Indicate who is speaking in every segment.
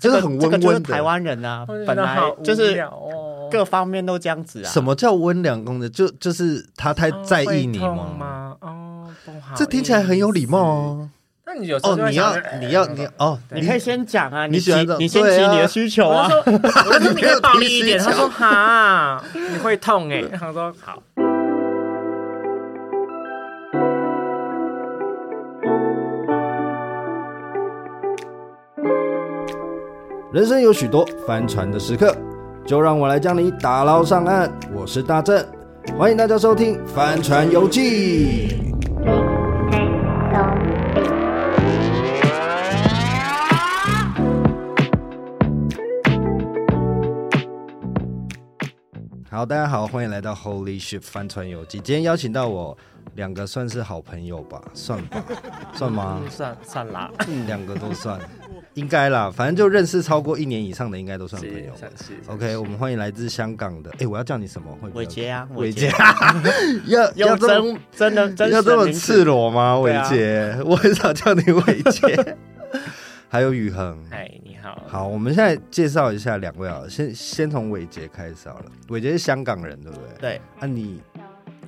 Speaker 1: 这
Speaker 2: 个
Speaker 1: 是很
Speaker 2: 这个
Speaker 1: 温
Speaker 2: 就是
Speaker 1: 温的。
Speaker 2: 台湾人啊，
Speaker 3: 我觉得
Speaker 2: 本来
Speaker 3: 哎好
Speaker 2: 就
Speaker 3: 无
Speaker 2: 是
Speaker 3: 聊哦
Speaker 2: 各方面都这样子啊。
Speaker 1: 什么叫温良恭的？就就是他太
Speaker 3: 哦
Speaker 1: 在
Speaker 3: 会
Speaker 1: 意你
Speaker 3: 痛
Speaker 1: 吗？
Speaker 3: 吗？哦，不好，
Speaker 1: 这听起来很有礼貌。哦。
Speaker 3: 那你有时候
Speaker 1: 哦
Speaker 3: 嗯就，会
Speaker 1: 你
Speaker 3: 想
Speaker 1: 要
Speaker 3: 着哎
Speaker 1: 你要你哦，
Speaker 2: 你可以先讲啊，
Speaker 1: 你
Speaker 2: 你
Speaker 1: 喜
Speaker 2: 提
Speaker 1: 欢这种
Speaker 2: 你先
Speaker 1: 对
Speaker 2: 提
Speaker 1: 啊
Speaker 2: 你的需求
Speaker 3: 我
Speaker 2: 啊
Speaker 3: 就。说，我 就说
Speaker 1: 你
Speaker 3: 你
Speaker 1: 没
Speaker 3: 可
Speaker 1: 有
Speaker 3: 以暴力一
Speaker 1: 提
Speaker 3: 点。
Speaker 1: 醒
Speaker 3: 他说哈，你会痛 哎、欸。他说好，
Speaker 4: 人生有许多翻船的时刻，就让我来将你打捞上岸。我是大正，欢迎大家收听《帆船游记》。
Speaker 1: 好，大家好，欢迎来到 Holy Ship 帆船游记。今天邀请到我两个算是好朋友吧，算吧，算吗？
Speaker 3: 嗯算算啦，
Speaker 1: 嗯，两个都算，应该啦。反正就认识超过一年以上的，应该都算朋
Speaker 3: 是
Speaker 1: 友。
Speaker 3: 算是
Speaker 1: OK，我们欢迎来自香港的，哎、我要叫你什么？会比较
Speaker 2: 伟杰啊，
Speaker 1: 伟杰
Speaker 2: 杰，，
Speaker 1: 要要
Speaker 2: 用
Speaker 1: 这么
Speaker 2: 真真的真实
Speaker 1: 要这
Speaker 2: 的
Speaker 1: 么
Speaker 2: 名
Speaker 1: 赤
Speaker 2: 字。
Speaker 1: 裸吗？伟
Speaker 2: 对啊
Speaker 1: 杰，我很少叫你伟杰。 还有宇恒，
Speaker 3: 嗨，哎你好，
Speaker 1: 好，我们现在介绍一下两位啊，先先从伟杰开始好了。伟杰是香港人，对不对？
Speaker 2: 对，
Speaker 1: 啊，你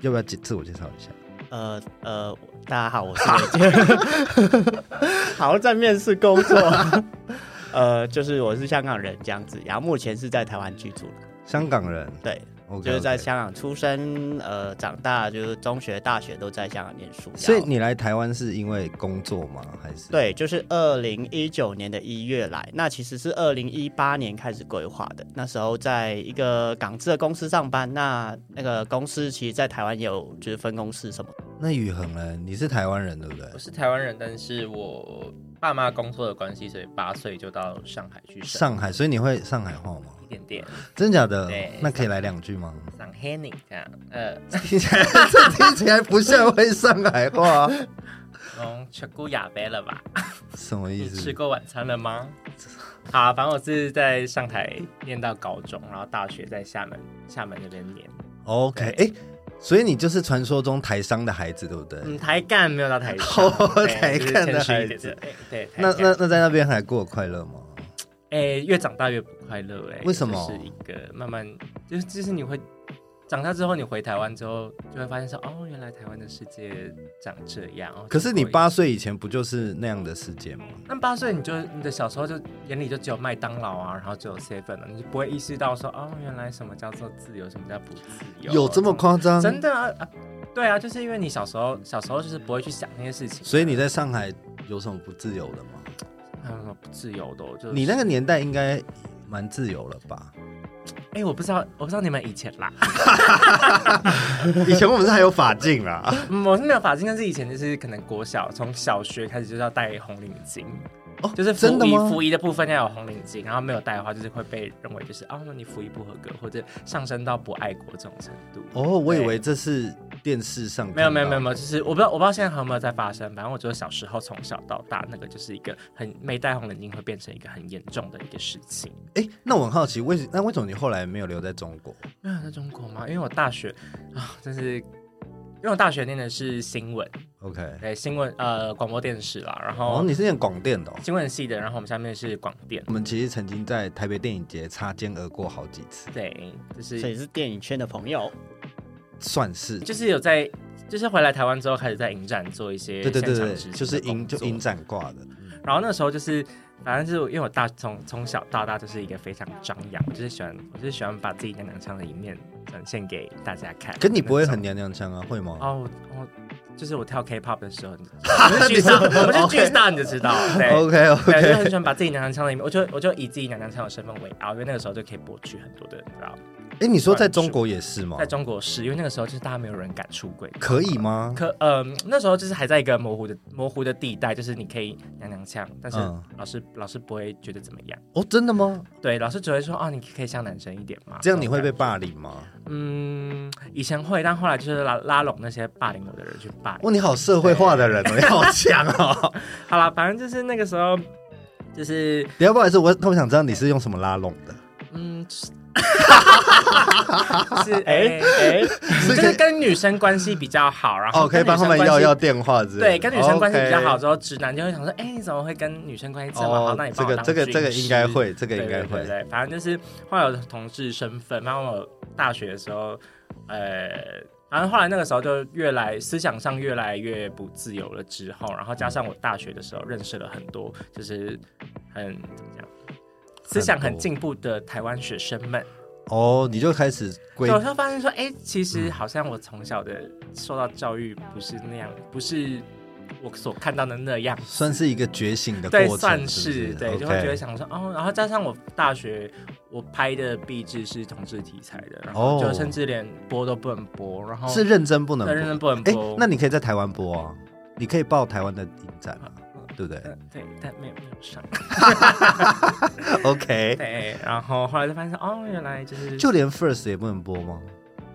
Speaker 1: 要不要介自我介绍一下？
Speaker 2: 呃呃，大家好，我是伟杰， 好像在面试工作。 呃，就是我是香港人这样子，然后目前是在台湾居住的
Speaker 1: 香港人
Speaker 2: 对
Speaker 1: ，OK，
Speaker 2: 就是在
Speaker 1: OK
Speaker 2: 香港出生，呃，长大就是中学、大学都在香港念书。
Speaker 1: 所以
Speaker 2: 然后
Speaker 1: 你来台湾是因为工作吗？还是？
Speaker 2: 对，就是二零一九年的一月来，那其实是二零一八年开始规划的。那时候在一个港资的公司上班，那那个公司其实，在台湾也有就是分公司什么的。
Speaker 1: 那宇恒呢？你是台湾人对不对
Speaker 3: 我？是台湾人，但是我爸妈工作的关系，所以八岁就到上海去生
Speaker 1: 上海，所以你会上海话吗？
Speaker 3: 一点点，
Speaker 1: 真假的
Speaker 3: 对？
Speaker 1: 那可以来两句吗？
Speaker 3: 上海你这样，呃，
Speaker 1: 听起来 这听起来不像会上海话，
Speaker 3: 侬吃过亚杯了吧？
Speaker 1: 什么意
Speaker 3: 你吃
Speaker 1: 思？
Speaker 3: 过晚餐了吗？ 好啊，反正我是在上海念到高中，然后大学在厦门，厦门那边念。
Speaker 1: OK，哎、所以你就是传说中台商的孩子，对不对？
Speaker 3: 嗯，台干没有到台 上，
Speaker 1: 哦
Speaker 3: 对
Speaker 1: 台干的孩，
Speaker 3: 就是谦虚一
Speaker 1: 子
Speaker 3: 点对对，台
Speaker 1: 那
Speaker 3: 干
Speaker 1: 那那在那边还过得快乐吗？
Speaker 3: 哎，越长大越不快乐哎，
Speaker 1: 为什么
Speaker 3: 就是一个慢慢，就是就是你会长大之后，你回台湾之后，就会发现说，哦，原来台湾的世界长这样。哦
Speaker 1: 可是你
Speaker 3: 这么贵
Speaker 1: 八岁以前不就是那样的世界吗？
Speaker 3: 那八岁你就你的小时候就眼里就只有麦当劳啊，然后只有 seven 了，你就不会意识到说哦，原来什么叫做自由，什么叫不自由，
Speaker 1: 有啊这么夸张？
Speaker 3: 真的啊啊？对啊，就是因为你小时候小时候就是不会去想那些事情，啊
Speaker 1: 所以你在上海有什么不自由的吗？
Speaker 3: 还啊有什么不自由的哦，就是
Speaker 1: 你那个年代应该蛮自由了吧？
Speaker 3: 哎、我不知道，我不知道你们以前啦，
Speaker 1: 以前我们是还有法镜啦，
Speaker 3: 嗯我是没有发现，但是以前就是可能国小从小学开始就是要戴红领巾。
Speaker 1: 哦
Speaker 3: 就是服
Speaker 1: 真的
Speaker 3: 仪，
Speaker 1: 吗？
Speaker 3: 服仪的部分要有红领巾，然后没有戴的话，就是会被认为就是哦，你服仪不合格，或者上升到不爱国这种程度。
Speaker 1: 哦，我以
Speaker 3: 对
Speaker 1: 为这是电视上
Speaker 3: 没有没有没有
Speaker 1: 看
Speaker 3: 没有，就是我不知道我不知道现在还有没有在发生，反正我觉得小时候从小到大那个就是一个很没戴红领巾会变成一个很严重的一个事情。
Speaker 1: 到。哎，那我很好奇，为什那为什么你后来没有留在中国？
Speaker 3: 没有在中国吗？因为我大学啊，真是因为我大学念的是新闻，
Speaker 1: OK，
Speaker 3: 对新闻呃广播电视啦，然
Speaker 1: 哦，
Speaker 3: 后
Speaker 1: 你是念广电的、哦。
Speaker 3: 新闻系的，然后我们下面是广电
Speaker 1: 我，们其实曾经在台北电影节擦肩而过好几次，
Speaker 3: 对，就是
Speaker 2: 所以是电影圈的朋友，
Speaker 1: 算是
Speaker 3: 就是有在，就是回来台湾之后开始在影展做一些
Speaker 1: 对对对
Speaker 3: 现
Speaker 1: 对
Speaker 3: 场执，行的
Speaker 1: 就是影
Speaker 3: 工
Speaker 1: 就
Speaker 3: 作嗯
Speaker 1: 影展挂的。
Speaker 3: 然后那时候就是，反正就是因为我大从从小到大就是一个非常张扬，我就是喜欢，我就是喜欢把自己娘娘腔的一面展现给大家看。
Speaker 1: 可你不会很
Speaker 3: 那
Speaker 1: 娘娘腔啊，会吗？
Speaker 3: 种哦，我我就是我跳 K-pop 的时候，你我是巨大，
Speaker 1: 你知道
Speaker 3: 我是巨大，你就知道。对。
Speaker 1: OK
Speaker 3: 对，就
Speaker 1: OK，
Speaker 3: 很喜欢把自己娘娘腔的一面，我就我就以自己娘娘腔的身份为傲，因为那个时候就可以博取很多的，你知道，
Speaker 1: 哎，你说在中国也是吗
Speaker 3: 在？中国是因为那个时候就是大家没有人敢出轨，
Speaker 1: 可以吗？
Speaker 3: 可嗯、那时候就是还在一个模糊的模糊的地带，就是你可以娘娘腔，但是
Speaker 1: 嗯
Speaker 3: 老师、老师不会觉得怎么样。
Speaker 1: 哦，真的吗？
Speaker 3: 对，老师只会说啊，你可以像男生一点嘛。
Speaker 1: 这样你会被
Speaker 3: 种
Speaker 1: 霸凌吗？
Speaker 3: 感觉嗯，以前会，但后来就是拉拉拢那些霸凌我的人去霸凌。
Speaker 1: 哇，你好社会化的人哦，你好强哦！
Speaker 3: 好了，反正就是那个时候，就是
Speaker 1: 等一下不好意思，我他们想知道你是用什么拉拢的。
Speaker 3: 嗯，就是是
Speaker 2: 哎
Speaker 3: 哎
Speaker 2: 哎，
Speaker 3: 就是跟女生关系比较好，然后
Speaker 1: 哦，可以
Speaker 3: 跟
Speaker 1: 帮
Speaker 3: 女
Speaker 1: 他
Speaker 3: 生
Speaker 1: 们
Speaker 3: 关
Speaker 1: 要
Speaker 3: 系
Speaker 1: 要电话之类的。
Speaker 3: 对，跟女生关系比较好
Speaker 1: OK
Speaker 3: 之后，直男就会想说，哎，你怎么会跟女生关系这么好？
Speaker 1: 哦
Speaker 3: 那你，
Speaker 1: 这
Speaker 3: 帮我
Speaker 1: 个
Speaker 3: 当
Speaker 1: 这个这个
Speaker 3: 军
Speaker 1: 应该
Speaker 3: 师
Speaker 1: 会，这个应该
Speaker 3: 对
Speaker 1: 会
Speaker 3: 对。对对，反正就是后来有同志身份，然后我大学的时候，呃，然后后来那个时候就越来思想上越来越不自由了之后，然后加上我大学的时候认识了很多，就是很怎么讲，思想很进步的台湾学生们，
Speaker 1: 哦，你就开始归
Speaker 3: 对，我就发现说，哎，其
Speaker 1: 嗯
Speaker 3: 实好像我从小的受到教育不是那样，不是我所看到的那样子
Speaker 1: 算是一个觉醒的
Speaker 3: 对，
Speaker 1: 过
Speaker 3: 算
Speaker 1: 程，
Speaker 3: 是
Speaker 1: 是不是
Speaker 3: 对
Speaker 1: OK
Speaker 3: 就会觉得想说哦，然后加上我大学我拍的壁纸是同志题材的，然后
Speaker 1: 哦
Speaker 3: 就甚至连播都不能播，然后
Speaker 1: 是认真不能
Speaker 3: 哦对认真
Speaker 1: 播。
Speaker 3: 不
Speaker 1: 哎
Speaker 3: 能播。，
Speaker 1: 那你可以在台湾播啊，你可以报台湾的影展啊，对不对
Speaker 3: 呃对，但没有没有上。
Speaker 1: ？OK，
Speaker 3: 对，然后后来就发现说哦，原来就是
Speaker 1: 就连 First 也不能播吗？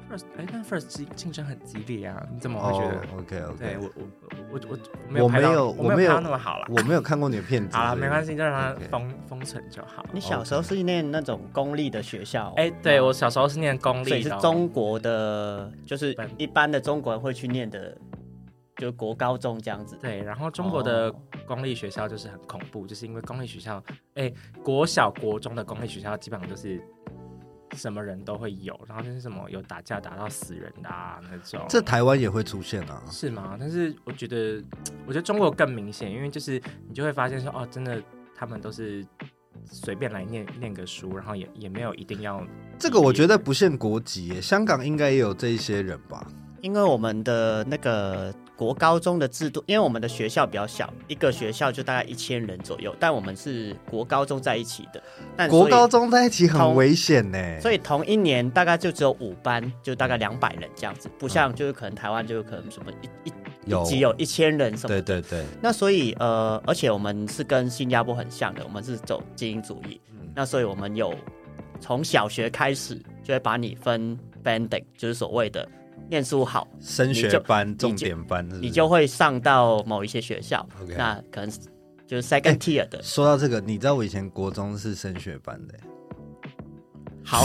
Speaker 3: first，哎，但 first 竞竞争很激烈啊，你怎么会觉得？
Speaker 1: OK
Speaker 3: 对
Speaker 1: 哦 OK，
Speaker 3: 我我我我我没有
Speaker 1: 我
Speaker 3: 拍到
Speaker 1: 没有
Speaker 3: 我
Speaker 1: 我没
Speaker 3: 没
Speaker 1: 有
Speaker 3: 有拍到那么好啦。
Speaker 1: 我没有看过你的片子，
Speaker 3: 好了，
Speaker 1: 所以
Speaker 3: 没关系，就让它
Speaker 1: OK
Speaker 3: 封封存就好。
Speaker 2: 你小时候是念那种公立的学校哦？
Speaker 3: 哎，对我小时候是念公
Speaker 2: 所
Speaker 3: 立
Speaker 2: 以是
Speaker 3: 的哦，
Speaker 2: 中国的，就是
Speaker 3: 本
Speaker 2: 一般的中国人会去念的，就国高中这样子。
Speaker 3: 对，然后中国的
Speaker 2: 哦
Speaker 3: 公立学校就是很恐怖，就是因为公立学校，哎，国小、国中的公立学校基本上就是什么人都会有，然后就是什么有打架打到死人的、啊、那种。
Speaker 1: 这台湾也会出现啊。
Speaker 3: 是吗？但是我觉得，我觉得中国更明显，因为就是你就会发现说，哦，真的他们都是随便来念念个书，然后也也没有一定要
Speaker 1: 这个我觉得不限国籍耶，香港应该也有这一些人吧？
Speaker 2: 因为我们的那个国高中的制度，因为我们的学校比较小，一个学校就大概一千人左右，但我们是国高中在一起的。但所以
Speaker 1: 国高，中在一起很
Speaker 2: 同
Speaker 1: 危险呢，
Speaker 2: 所以同一年大概就只有五班，就大概两百人这样子，不像就是可能台湾就可能什么一一一级有一千人什么
Speaker 1: 对对对，
Speaker 2: 那所以呃，而且我们是跟新加坡很像的，我们是走精英主义。
Speaker 1: 嗯
Speaker 2: 那所以我们有从小学开始就会把你分 banding，就是所谓的念书好，
Speaker 1: 升
Speaker 2: 你
Speaker 1: 学
Speaker 2: 就
Speaker 1: 班、
Speaker 2: 你
Speaker 1: 重
Speaker 2: 就
Speaker 1: 点班是不是，
Speaker 2: 你就会上到某一些学校。
Speaker 1: OK 哎
Speaker 2: 那可能就是 second tier 的。
Speaker 1: 说到这个，你知道我以前国中是升学班的耶，
Speaker 2: 好，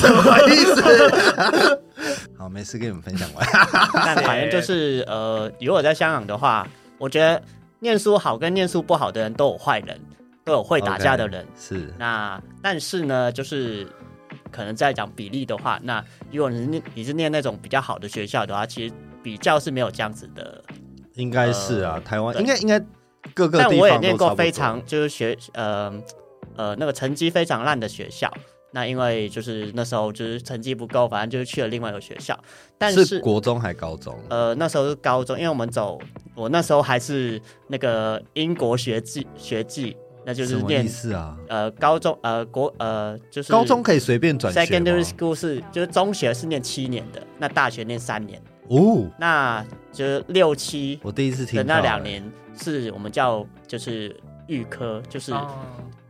Speaker 1: 意思？ 好，没事，跟你们分享完。
Speaker 2: 但反正就是呃，如果在香港的话，我觉得念书好跟念书不好的人都有坏人，都有会打架的人。
Speaker 1: 是
Speaker 2: 那但是呢，就是可能在讲比例的话，那如果你是念你是念那种比较好的学校的话，其实比较是没有这样子的。
Speaker 1: 应该是啊，
Speaker 2: 呃
Speaker 1: 台湾
Speaker 2: 对
Speaker 1: 应该应该各个地
Speaker 2: 但
Speaker 1: 方
Speaker 2: 我也
Speaker 1: 都
Speaker 2: 念
Speaker 1: 差
Speaker 2: 过
Speaker 1: 不多
Speaker 2: 非常就是学呃呃那个成绩非常烂的学校。那因为就是那时候就是成绩不够，反正就是去了另外一个学校。但
Speaker 1: 是
Speaker 2: 是
Speaker 1: 国中还高中，
Speaker 2: 呃那时候是高中，因为我们走我那时候还是那个英国学技学技，那就
Speaker 1: 什
Speaker 2: 是
Speaker 1: 么
Speaker 2: 念
Speaker 1: 意思啊？
Speaker 2: 呃高中呃国呃就是
Speaker 1: 高中可以随便转学吗
Speaker 2: Secondary school 是就是中学是念七年的，那大学念三年，
Speaker 1: 哦，
Speaker 2: 那就是六七
Speaker 1: 我第一次听
Speaker 2: 的
Speaker 1: 到
Speaker 2: 那两
Speaker 1: 欸
Speaker 2: 年是我们叫就是预科，就是
Speaker 3: 哦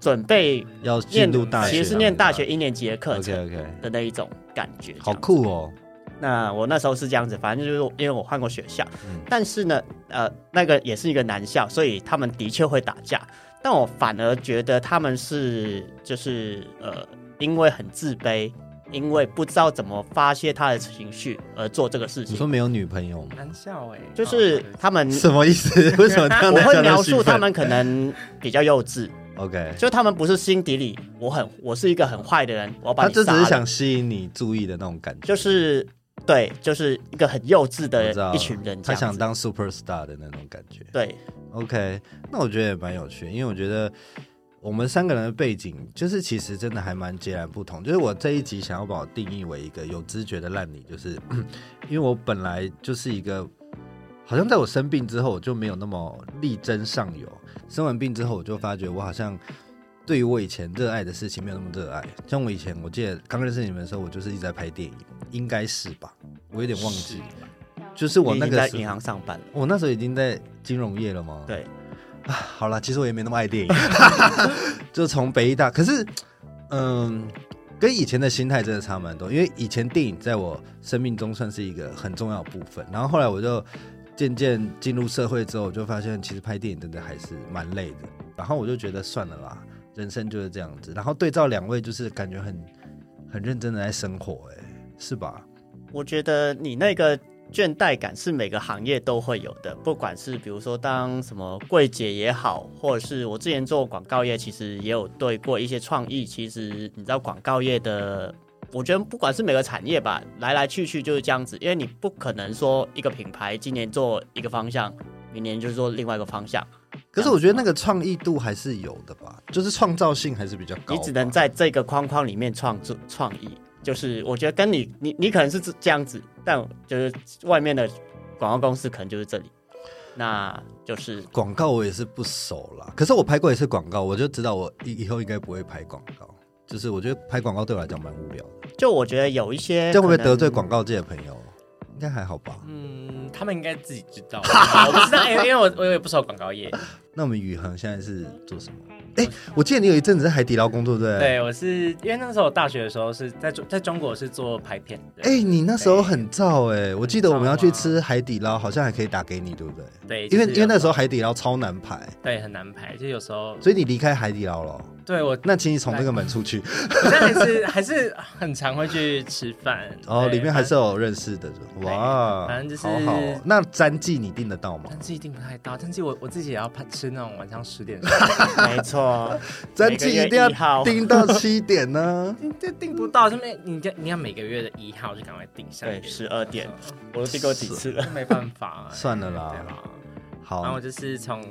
Speaker 2: 准备
Speaker 1: 欸要进
Speaker 2: 念
Speaker 1: 入大学，
Speaker 2: 其实是念大学一年级的课
Speaker 1: OK
Speaker 2: 程
Speaker 1: OK，
Speaker 2: 的那一种感觉。
Speaker 1: 好
Speaker 2: 这样
Speaker 1: 酷哦，
Speaker 2: 那我那时候是这样子，反正就是因为我换过学校，
Speaker 1: 嗯
Speaker 2: 但是呢，呃，那个也是一个男校，所以他们的确会打架，但我反而觉得他们是就是呃，因为很自卑，因为不知道怎么发泄他的情绪而做这个事
Speaker 1: 你说哦
Speaker 2: 情，
Speaker 1: 没有女朋友吗？
Speaker 3: 男校哎，
Speaker 2: 就是他们。
Speaker 1: 什么意 思？为什么这样
Speaker 2: 我
Speaker 1: 的
Speaker 2: 会
Speaker 1: 叫
Speaker 2: 描
Speaker 1: 做兴
Speaker 2: 述嗯他
Speaker 1: 奋
Speaker 2: 们可能比较幼稚，
Speaker 1: ？OK，
Speaker 2: 就他们不是心底里我很我是一个很坏的人，我要把
Speaker 1: 他
Speaker 2: 你
Speaker 1: 就只
Speaker 2: 杀
Speaker 1: 是
Speaker 2: 了。
Speaker 1: 想吸引你注意的那种感觉，
Speaker 2: 就是对，就是一个很幼稚
Speaker 1: 我
Speaker 2: 的
Speaker 1: 知道
Speaker 2: 一群人这
Speaker 1: 他
Speaker 2: 样子，
Speaker 1: 想当 super star 的那种感觉。
Speaker 2: 对
Speaker 1: OK，那我觉得也蛮有趣，因为我觉得我们三个人的背景就是其实真的还蛮截然不同。就是我这一集想要把我定义为一个有知觉的烂泥，就是 因为我本来就是一个。好像在我生病之后，我就没有那么力争上游。生完病之后，我就发觉我好像对于我以前热爱的事情没有那么热爱。像我以前，我记得刚认识你们的时候，我就是一直在拍电影，应该是吧？我有点忘记，就是我
Speaker 2: 你已
Speaker 1: 那
Speaker 2: 经
Speaker 1: 个
Speaker 2: 在
Speaker 1: 时候
Speaker 2: 银行上班了，
Speaker 1: 我那时候已经在金融业了吗？
Speaker 2: 对，
Speaker 1: 啊，好啦，其实我也没那么爱电影，就从北医大，可是，嗯，跟以前的心态真的差蛮多，因为以前电影在我生命中算是一个很重要的部分，然后后来我就渐渐进入社会之后，我就发现其实拍电影真的还是蛮累的，然后我就觉得算了啦，人生就是这样子，然后对照两位就是感觉很很认真的在生活、欸，哎，是吧？
Speaker 2: 我觉得你那个倦怠感是每个行业都会有的，不管是比如说当什么柜姐也好，或者是我之前做广告业，其实也有对过一些创意。其实你知道广告业的，我觉得不管是每个产业吧，来来去去就是这样子，因为你不可能说一个品牌今年做一个方向，明年就做另外一个方向，
Speaker 1: 可是我觉得那个创意度还是有的吧，就是创造性还是比较高吧。
Speaker 2: 你只能在这个框框里面创作创意。就是我觉得跟你你你可能是这这样子，但就是外面的广告公司可能就是这里，那就是
Speaker 1: 广告我也是不熟啦，可是我拍过一次广告，我就知道我以以后应该不会拍广告。就是我觉得拍广告对我来讲蛮无聊的，
Speaker 2: 就我觉得有一
Speaker 3: 哎
Speaker 2: 些
Speaker 1: 这样会不会
Speaker 2: 可能
Speaker 1: 得罪广告界的朋友？应该还好吧。
Speaker 3: 嗯，他们应该自己知道， 我不知道，因为因为我我也不熟广告业，
Speaker 1: 那我们宇恒现在是做什么？哎、我记得你有一阵子在海底捞工作，对不对？
Speaker 3: 嗯对我是因为那时候我大学的时候是在中在中国是做拍片的，
Speaker 1: 哎、你那时候很燥哎、我记得我们要
Speaker 3: 很燥
Speaker 1: 去
Speaker 3: 啊
Speaker 1: 吃海底捞，好像还可以打给你，对不对？
Speaker 3: 对，
Speaker 1: 因为
Speaker 3: 就是
Speaker 1: 因为那时候海底捞超难排，
Speaker 3: 对很难排，就有时候
Speaker 1: 所以你离开海底捞了。
Speaker 3: 对我
Speaker 1: 那请你从那个门出去，
Speaker 3: 好像还是还是很常会去吃饭，
Speaker 1: 哦，
Speaker 3: 对
Speaker 1: 里面还是有认识的哇，
Speaker 3: 反正就是
Speaker 1: 好好哦。那詹记你订得到吗
Speaker 3: 反正。？但是一定不太到，但是我我自己也要怕吃那种晚上十点，
Speaker 2: 没 错，
Speaker 1: 詹记一定
Speaker 2: 每个月一号
Speaker 1: 要订到七点呢、
Speaker 3: 这订不到，这边你要你要每个月的一号就赶快订下来，
Speaker 2: 对12点 我都订过几次了。
Speaker 3: 那没办法、啊
Speaker 1: 算了啦
Speaker 3: 对啊啦。然后
Speaker 1: 好
Speaker 3: 我，就是从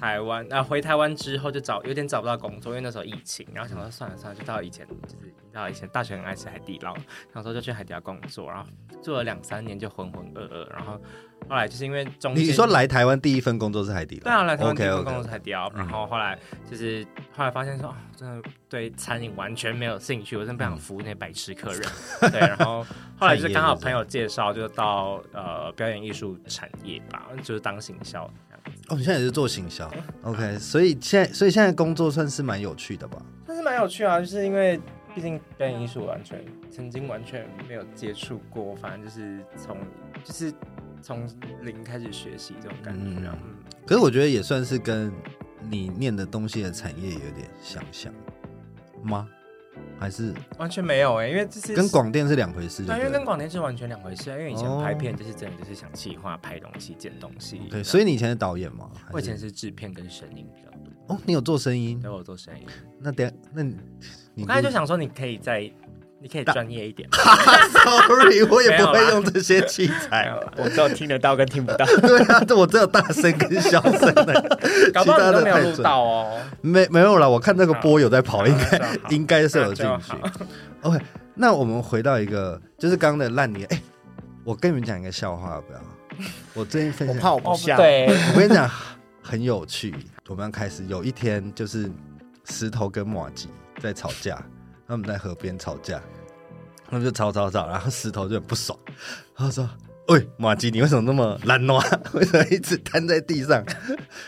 Speaker 3: 台湾啊回台湾之后就找有点找不到工作，因为那时候疫情，然后想说算了算了，就到以前就是你知道以前大学很爱吃海底捞，想说就去海底捞工作，然后做了两三年就浑浑噩噩，然后后来就是因为中间
Speaker 1: 你说。来台湾第一份工作是海底捞？
Speaker 3: 对啊，来台湾第一
Speaker 1: OK
Speaker 3: 份工作
Speaker 1: OK，
Speaker 3: 是海底捞，然
Speaker 1: 嗯
Speaker 3: 后后来就是后来发现说，哦，真的对餐饮完全没有兴趣，我真的不
Speaker 1: 嗯
Speaker 3: 想服务那些白痴客人。对，然后 后来就是刚好朋友介绍，就到呃表演艺术产业吧，就是当行销这样。
Speaker 1: 哦，你现在也是做行销，OK，所以现在所以现在工作算是蛮有趣的吧？
Speaker 3: 但是蛮有趣啊，就是
Speaker 1: 嗯
Speaker 3: 因为毕竟表演艺术完全曾经完全没有接触过，反正就是从就是从零开始学习这种感觉，
Speaker 1: 嗯
Speaker 3: 然后
Speaker 1: 可是我觉得也算是跟你念的东西的产业有点相像吗？还是
Speaker 3: 嗯完全没有哎、因为就是
Speaker 1: 跟。广电是两回事？
Speaker 3: 对，因为
Speaker 1: 不对
Speaker 3: 跟广电是完全两回事啊。因为以前
Speaker 1: 哦
Speaker 3: 拍片就是真的就是想企划、拍东西、剪东西。
Speaker 1: 对，所
Speaker 3: 以
Speaker 1: 以你以前是导演吗？还
Speaker 3: 我以前是制片跟声音比较多，
Speaker 1: 哦，你有做声音
Speaker 3: 对？我做声音。
Speaker 1: 那等下那你你
Speaker 3: 我刚才 就想说，你可以再，你可以专业一点。
Speaker 1: 啊，sorry，我也
Speaker 3: 没
Speaker 1: 不
Speaker 3: 有啊
Speaker 1: 会
Speaker 3: 啦
Speaker 1: 用这些器
Speaker 3: 没
Speaker 1: 材
Speaker 3: 有。啦
Speaker 2: 我只有听得到跟听不 到，
Speaker 1: 对啊，我只有大声跟小声的，
Speaker 3: 搞
Speaker 1: 其
Speaker 3: 不好
Speaker 1: 他
Speaker 3: 你
Speaker 1: 的
Speaker 3: 都没有
Speaker 1: 太
Speaker 3: 录
Speaker 1: 准。
Speaker 3: 到哦。
Speaker 1: 没没有啦，我看那个波有在跑，应
Speaker 3: 那
Speaker 1: 该
Speaker 3: 就好
Speaker 1: 应该是有进
Speaker 3: 那就
Speaker 1: 去
Speaker 3: 好。
Speaker 1: OK，那我们回到一个，就是刚刚的烂泥。哎、我跟你们讲一个笑话，不要。我最近分
Speaker 2: 我
Speaker 1: 享，
Speaker 2: 怕我
Speaker 3: 哦
Speaker 2: 不，像。
Speaker 3: 对，
Speaker 1: 我跟你讲 很有趣。我们要开始，有一天就是石头跟马吉在吵架， 他们在河边吵架，他们就吵吵吵，然后石头就很不爽，他说：“喂，马吉，你为什么那么懒惰？ 为什么一直瘫在地上？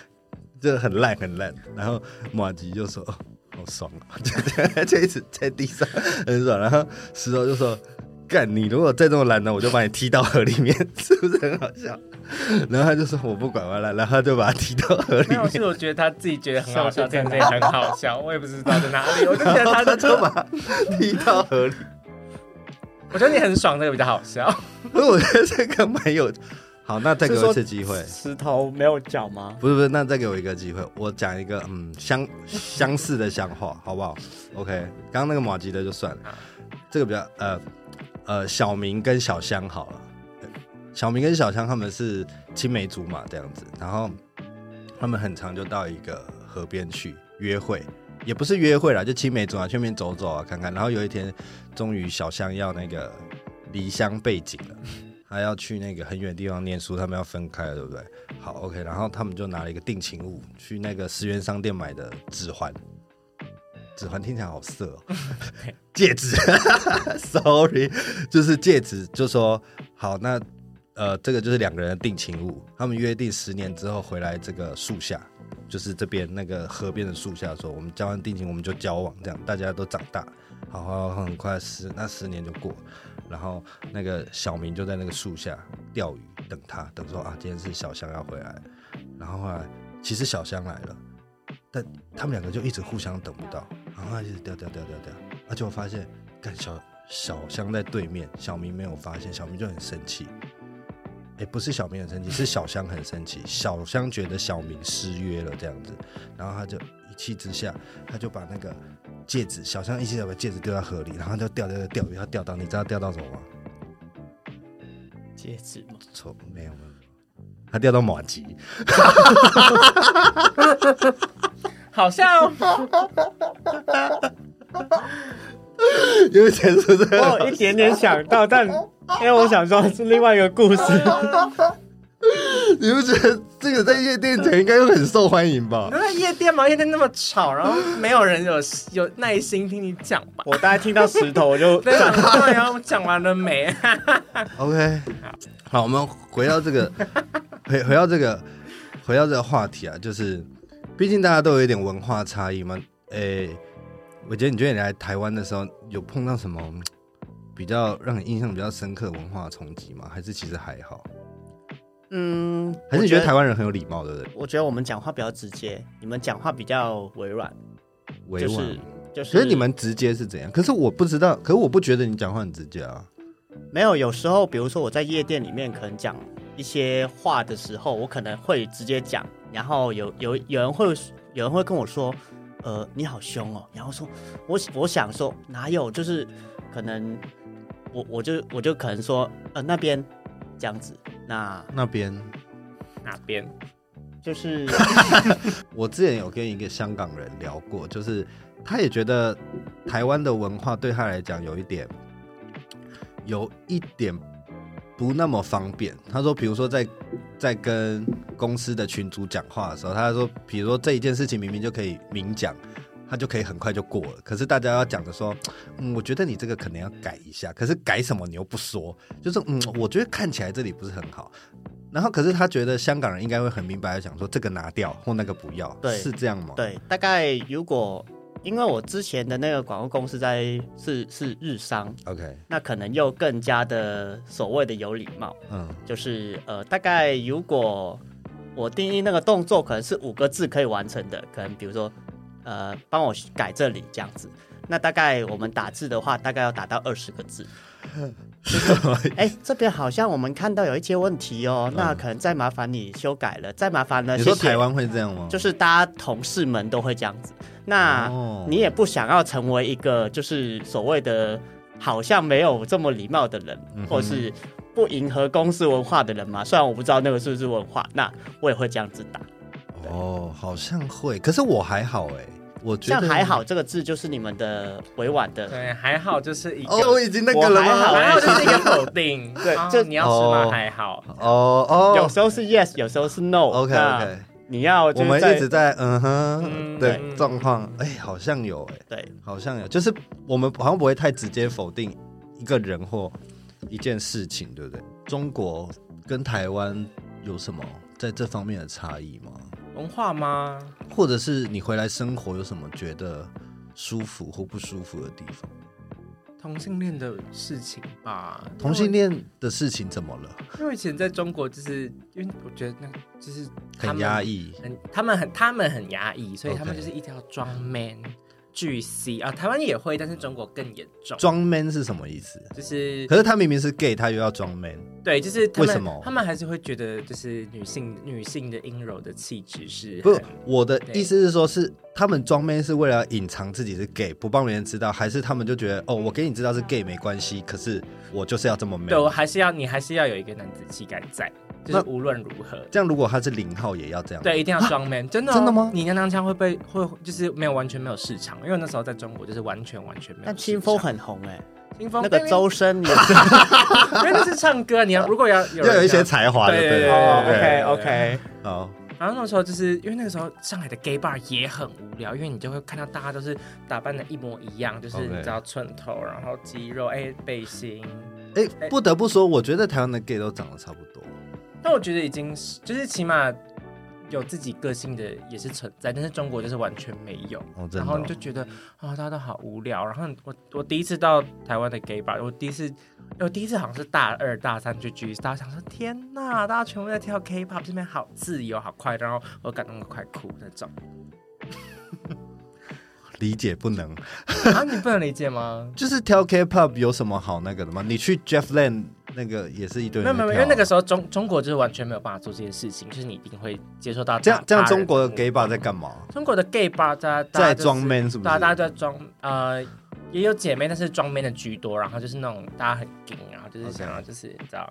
Speaker 1: 就很烂很烂。”然后马吉就说：“哦，好爽啊！”就就 就一直在地上很爽。然后石头就说：“干，你如果再这么懒呢，我就把你踢到河里面， 是不是很好笑？” 然后他就说：“我不管完了。”然后他就把他踢到河里
Speaker 3: 没有，
Speaker 1: 面。
Speaker 3: 是我觉得他自己觉得很好笑，真的很好笑，我也不知道在哪里，我就觉得
Speaker 1: 然后 他
Speaker 3: 他的，
Speaker 1: 就把他踢到河里，
Speaker 3: 我觉得你很爽，这个比较好笑。
Speaker 1: 所以我觉得这个蛮有。好，那再给
Speaker 2: 是
Speaker 1: 我
Speaker 2: 说
Speaker 1: 一次机会。
Speaker 2: 石头没有脚吗？
Speaker 1: 不是不是，那再给我一个机会，我讲一个嗯相相似的相话，好不好？OK，刚刚那个马吉的就算了
Speaker 3: 好，
Speaker 1: 这个比较呃呃小明跟小香好了，小明跟小香他们是青梅竹马这样子，然后他们很常就到一个河边去约会，也不是约会啦，就青梅竹马去那边走走啊看看，然后有一天终于小香要那个离乡背井了。他要去那个很远的地方念书，他们要分开了，对不对？好，OK，然后他们就拿了一个定情物，去那个十元商店买的指环。指环听起来好色哦，戒指 ，sorry，就是戒指，就说好，那呃，这个就是两个人的定情物，他们约定十年之后回来这个树下，就是这边那个河边的树下说，我们交换定情，我们就交往，这样大家都长大，好好好，很快十那十年就过了，然后那个小明就在那个树下钓鱼，等他，等说啊，今天是小香要回来，然后后来其实小香来了，但他们两个就一直互相等不到，然后他一直钓钓钓钓钓，而且我发现，干小小香在对面，小明没有发现，小明就很生气。哎、不是小明很生气，是小香很生气。小香觉得小明失约了这样子，然后他就一气之下，他就把那个戒指，小香一气之下把戒指丢到河里，然后他就掉掉掉掉，他掉到你知道掉到什么吗？
Speaker 2: 戒指嘛，
Speaker 1: 错，没有没有，没有他掉到马吉。
Speaker 3: 好像
Speaker 1: 有一点是这样
Speaker 2: 我有一点点想到，但因为我想说是另外一个故事，
Speaker 1: 你不觉得这个在夜店讲应该会很受欢迎吧
Speaker 3: 你？都在夜店吗？夜店那么吵，然后没有人有有耐心听你讲吧。
Speaker 2: 我大概听到石头我就
Speaker 3: 对啊，对啊，我讲完了没？
Speaker 1: OK，好，我们回到这个， 回回到这个，回到这个话题啊，就是，毕竟大家都有一点文化差异嘛。诶、我觉得你觉得你来台湾的时候，有碰到什么嗯比较让你印象比较深刻的文化冲击吗？还是其实还好？
Speaker 2: 嗯，
Speaker 1: 还是你
Speaker 2: 我
Speaker 1: 觉得台？湾人很有礼貌，对不对？
Speaker 2: 我觉得我们讲话比较直接，你们讲话比较委软，
Speaker 1: 委婉。
Speaker 2: 就是就是。
Speaker 1: 可是你们直接是怎样？可是我不知道，可是我不觉得你讲话很直接啊。
Speaker 2: 没有，有时候比如说我在夜店里面可能讲一些话的时候，我可能会直接讲，然后有有有人会有人会跟我说，呃，你好凶哦，然后说我我想说哪有，就是可能我我就我就可能说呃那边这样子，那
Speaker 1: 那边
Speaker 3: 哪边？
Speaker 2: 就是
Speaker 1: 我之前有跟一个香港人聊过，就是他也觉得台湾的文化对他来讲有一点，有一点不那么方便。他说，比如说在在跟公司的群主讲话的时候，他说，比如说这一件事情明明就可以明讲。他就可以很快就过了，可是大家要讲的说，嗯，我觉得你这个可能要改一下，可是改什么你又不说，就是嗯，我觉得看起来这里不是很好，然后可是他觉得香港人应该会很明白的想说这个拿掉或那个不要，
Speaker 2: 对
Speaker 1: 是这样吗？
Speaker 2: 对，大概如果因为我之前的那个广告公司在是是日商，
Speaker 1: ，OK，
Speaker 2: 那可能又更加的所谓的有礼貌。
Speaker 1: 嗯，
Speaker 2: 就是呃，大概如果我定义那个动作可能是五个字可以完成的，可能比如说呃，帮我改这里这样子。那大概我们打字的话，大概要打到二十个字。哎、这边好像我们看到有一些问题哦，那可能再麻烦你修改了，再麻烦了。
Speaker 1: 你说
Speaker 2: 谢谢
Speaker 1: 台湾会这样吗？
Speaker 2: 就是大家同事们都会这样子。那
Speaker 1: 哦
Speaker 2: 你也不想要成为一个就是所谓的好像没有这么礼貌的人，
Speaker 1: 嗯
Speaker 2: 或是不迎合公司文化的人嘛？虽然我不知道那个是不是文化，那我也会这样子打。
Speaker 1: 哦，好像会，可是我还好哎、我觉
Speaker 2: 像
Speaker 1: 得
Speaker 2: 还好，这个字就是你们的委婉的，
Speaker 3: 对，还好就是一个，
Speaker 1: 哦，我已经那个了
Speaker 2: 我还好
Speaker 1: 吗？
Speaker 3: 还好就是一个否定。对
Speaker 2: 就
Speaker 3: 就你要吃吗？
Speaker 1: 哦
Speaker 3: 还好。
Speaker 1: 哦
Speaker 2: 有
Speaker 1: 哦
Speaker 2: 时候是 yes，有时候是 no。
Speaker 1: ，OK
Speaker 2: 那
Speaker 1: OK，
Speaker 2: 你要就
Speaker 1: 我
Speaker 2: 是
Speaker 1: 们
Speaker 2: 在
Speaker 1: 一直在嗯哼
Speaker 3: 嗯
Speaker 1: 对
Speaker 3: 对
Speaker 1: 状况，哎，好像有哎、
Speaker 2: 对
Speaker 1: 好像有，就是我们好像不会太直接否定一个人或一件事情，对不对？中国跟台湾有什么在这方面的差异吗？
Speaker 3: 文化吗？
Speaker 1: 或者是你回来生活有什么觉得舒服或不舒服的地方？
Speaker 3: 同性恋的事情吧，
Speaker 1: 同性恋的事情怎么了？
Speaker 3: 因为以前在中国，就是因为我觉得那个就是他
Speaker 1: 很
Speaker 3: 们
Speaker 1: 压，抑，
Speaker 3: 很他们很他们很压抑，所以
Speaker 1: OK
Speaker 3: 他们就是一定要装 man 巨 C 啊。台湾也会，但是中国更严重。
Speaker 1: 装 man 是什么意思？
Speaker 3: 就是
Speaker 1: 可是他明明是 gay，他又要装 man，
Speaker 3: 对，就是他们
Speaker 1: 为什么
Speaker 3: 他们还是会觉得就是女性女性的阴柔的气质是
Speaker 1: 不
Speaker 3: 很，
Speaker 1: 我的意思是说是，他们装 man 是为了隐藏自己是 gay，不帮别人知道，还是他们就觉得哦，我给你知道是 gay 没关系，可是我就是要这么 man。
Speaker 3: 对我还是要你还是要有一个男子气概在，就
Speaker 1: 那
Speaker 3: 是无论如何。
Speaker 1: 这样如果他是零号也要这样。
Speaker 3: 对，一定要装 man，真的、哦
Speaker 1: 真的吗
Speaker 3: 你娘娘腔会被会就是没有完全没有市场，因为那时候在中国就是完全完全没有市场。
Speaker 2: 但清风很红哎、
Speaker 3: 清风
Speaker 2: 那个，周深 也是。
Speaker 3: 因为那是唱歌，你要如果要有人
Speaker 1: 要有一些
Speaker 3: 要
Speaker 1: 才华的，
Speaker 3: 对
Speaker 1: 对
Speaker 3: 对
Speaker 2: 哦
Speaker 3: 对对
Speaker 2: OK OK，
Speaker 1: 好，
Speaker 3: 然后那时候就是因为那个时候上海的 gay bar 也很无聊，因为你就会看到大家都是打扮的一模一样，就是
Speaker 1: OK
Speaker 3: 你知道寸头，然后肌肉，哎、背心。
Speaker 1: 哎，不得不说，我觉得台湾的 gay 都长得差不多。
Speaker 3: 但我觉得已经是就是起码有自己个性的也是存在，但是中国就是完全没有。
Speaker 1: 哦，真的
Speaker 3: 然后
Speaker 1: 哦
Speaker 3: 你就觉得啊、大家都好无聊。然后我我第一次到台湾的 gay bar，我第一次我第一次好像是大二大三去 G，大家想说天呐，大家全部在跳 K-pop，这边好自由好快乐，然后我感动的快哭那种。
Speaker 1: 理解不能。
Speaker 3: 啊，你不能理 解吗？
Speaker 1: 就是挑 K-pop 有什么好那个的吗？你去 Jeff Lane 那个也是一堆
Speaker 3: 没有
Speaker 1: 人在
Speaker 3: 没
Speaker 1: 跳
Speaker 3: 有，
Speaker 1: 啊
Speaker 3: 因为那个时候中中国就是完全没有办法做这件事情，就是你一定会接受到
Speaker 1: 这样
Speaker 3: 大
Speaker 1: 这样
Speaker 3: 大人
Speaker 1: 中国的
Speaker 3: 目
Speaker 1: gay bar 在干嘛？
Speaker 3: 中国的 gay 吧，大家
Speaker 1: 在装 man 是
Speaker 3: 是
Speaker 1: 不是？
Speaker 3: 大家大家都在装呃，也有姐妹，但是装 man 的居多，然后就是那种大家很 gay，然后就是
Speaker 1: OK
Speaker 3: 想要就是你知道，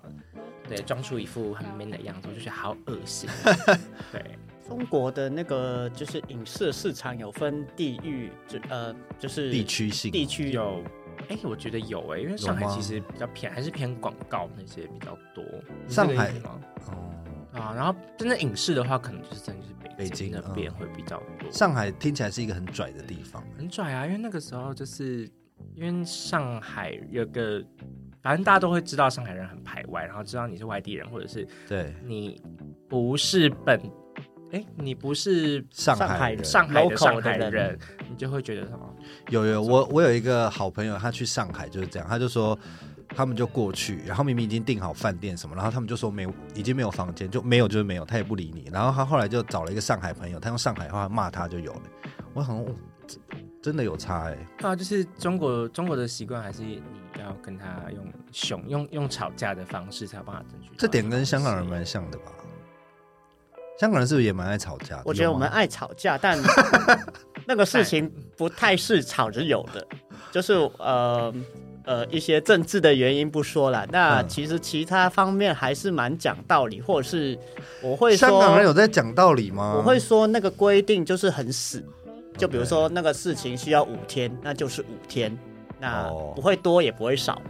Speaker 3: 对，装出一副很 man 的样子，我就觉得好恶 心。对，
Speaker 2: 中国的那个就是影视市场有分地域，就呃就是
Speaker 1: 地区性
Speaker 2: 地区
Speaker 3: 有，哎、我觉得有哎、因为上海
Speaker 1: 有吗
Speaker 3: 其实比较偏，还是偏广告那些比较多。你
Speaker 1: 上
Speaker 3: 这个意
Speaker 1: 海
Speaker 3: 思吗
Speaker 1: 哦，
Speaker 3: 啊，然后真的影视的话，可能就是真的就是
Speaker 1: 北
Speaker 3: 北
Speaker 1: 京
Speaker 3: 那
Speaker 1: 嗯
Speaker 3: 边会比较多。
Speaker 1: 上海听起来是一个很拽的地方。
Speaker 3: 很拽啊，因为那个时候就是因为上海有个，反正大家都会知道上海人很排外，然后知道你是外地人，或者是
Speaker 1: 对，
Speaker 3: 你不是本，哎，你不是
Speaker 1: 上
Speaker 2: 上海
Speaker 1: 海人
Speaker 2: 人
Speaker 3: 上海的
Speaker 2: Local
Speaker 3: 上海
Speaker 2: 的
Speaker 3: 人
Speaker 2: 人，
Speaker 3: 你就会觉得什么？
Speaker 1: 有有，我我有一个好朋友，他去上海就是这样，他就说他们就过去，然后明明已经订好饭店什么，然后他们就说没有，已经没有房间，就没有就是没有，他也不理你。然后他后来就找了一个上海朋友，他用上海话骂他就有了。我好像、哦这真的有差哎、
Speaker 3: 对啊，就是中国中国的习惯还是你要跟他用凶用用吵架的方式才有办法争取到东西。
Speaker 1: 这点跟香港人蛮像的吧？香港人是不是也蛮爱吵架的？
Speaker 2: 我觉得
Speaker 1: 啊有
Speaker 2: 我
Speaker 1: 吗
Speaker 2: 们爱吵 架，但那个事情不太是吵着有的，就是呃呃一些政治的原因不说了。那
Speaker 1: 嗯
Speaker 2: 其实其他方面还是蛮讲道理，或者是我会
Speaker 1: 香港人
Speaker 2: 说，
Speaker 1: 有在讲道理吗？
Speaker 2: 我会说那个规定就是很死，就比如说那个事情需要五天，那就是五天，那
Speaker 1: 哦
Speaker 2: 不会多也不会少。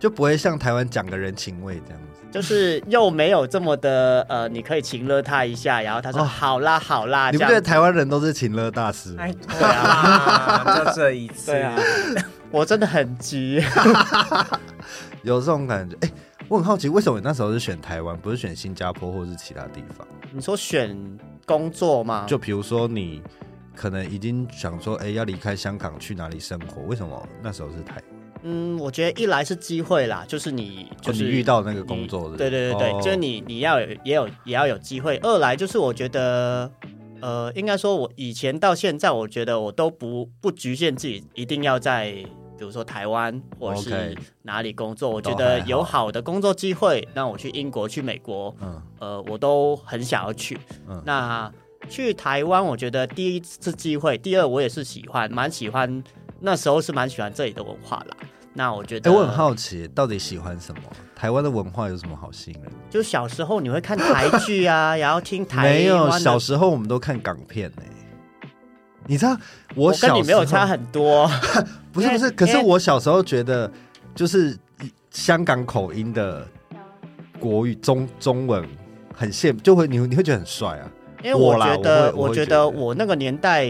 Speaker 1: 就不会像台湾讲个人情味这样子。
Speaker 2: 就是又没有这么的呃，你可以情勒他一下，然后他说、
Speaker 1: 哦
Speaker 2: 好啦好啦，
Speaker 1: 你不
Speaker 2: 这
Speaker 1: 觉得
Speaker 2: 样
Speaker 1: 台湾人都是情乐大师吗？
Speaker 3: 哎，对啊，就这一次，
Speaker 2: 对啊，我真的很急。
Speaker 1: 有这种感觉。哎、我很好奇，为什么你那时候是选台湾，不是选新加坡或是其他地方？
Speaker 2: 你说选工作吗？
Speaker 1: 就比如说你可能已经想说，哎、要离开香港去哪里生活？为什么那时候是台？
Speaker 2: 嗯，我觉得一来是机会啦，就是你
Speaker 1: 就、
Speaker 2: 就是是
Speaker 1: 哦你遇到那个工作的，
Speaker 2: 你对对对对，
Speaker 1: 哦
Speaker 2: 就是你你要有也有也要有机会。二来就是我觉得。呃，应该说，我以前到现在，我觉得我都不不局限自己，一定要在比如说台湾或者是
Speaker 1: OK
Speaker 2: 哪里工作。我
Speaker 1: 都
Speaker 2: 觉得
Speaker 1: 还好
Speaker 2: 有好的工作机会，那我去英国、去美国，
Speaker 1: 嗯，
Speaker 2: 呃，我都很想要去。
Speaker 1: 嗯
Speaker 2: 那去台湾，我觉得第一次机会，第二我也是喜欢，蛮喜欢，那时候是蛮喜欢这里的文化啦。那我觉
Speaker 1: 哎、
Speaker 2: 得，
Speaker 1: 我很好奇，到底喜欢什么？台湾的文化有什么好吸引人？
Speaker 2: 就小时候你会看台剧啊， 然后听台
Speaker 1: 没有，
Speaker 2: 湾的
Speaker 1: 小时候我们都看港片呢、你知道
Speaker 2: 我
Speaker 1: 我小
Speaker 2: 跟你没有
Speaker 1: 时候
Speaker 2: 差很多，
Speaker 1: 不是不
Speaker 2: 因为
Speaker 1: 是，可是
Speaker 2: 因为
Speaker 1: 我小时候觉得，就是香港口音的国语中中文很羡，就会你你会觉得很帅啊。
Speaker 2: 因为
Speaker 1: 我啦
Speaker 2: 觉
Speaker 1: 我
Speaker 2: 得，
Speaker 1: 会我会
Speaker 2: 觉
Speaker 1: 觉得
Speaker 2: 得我那个年代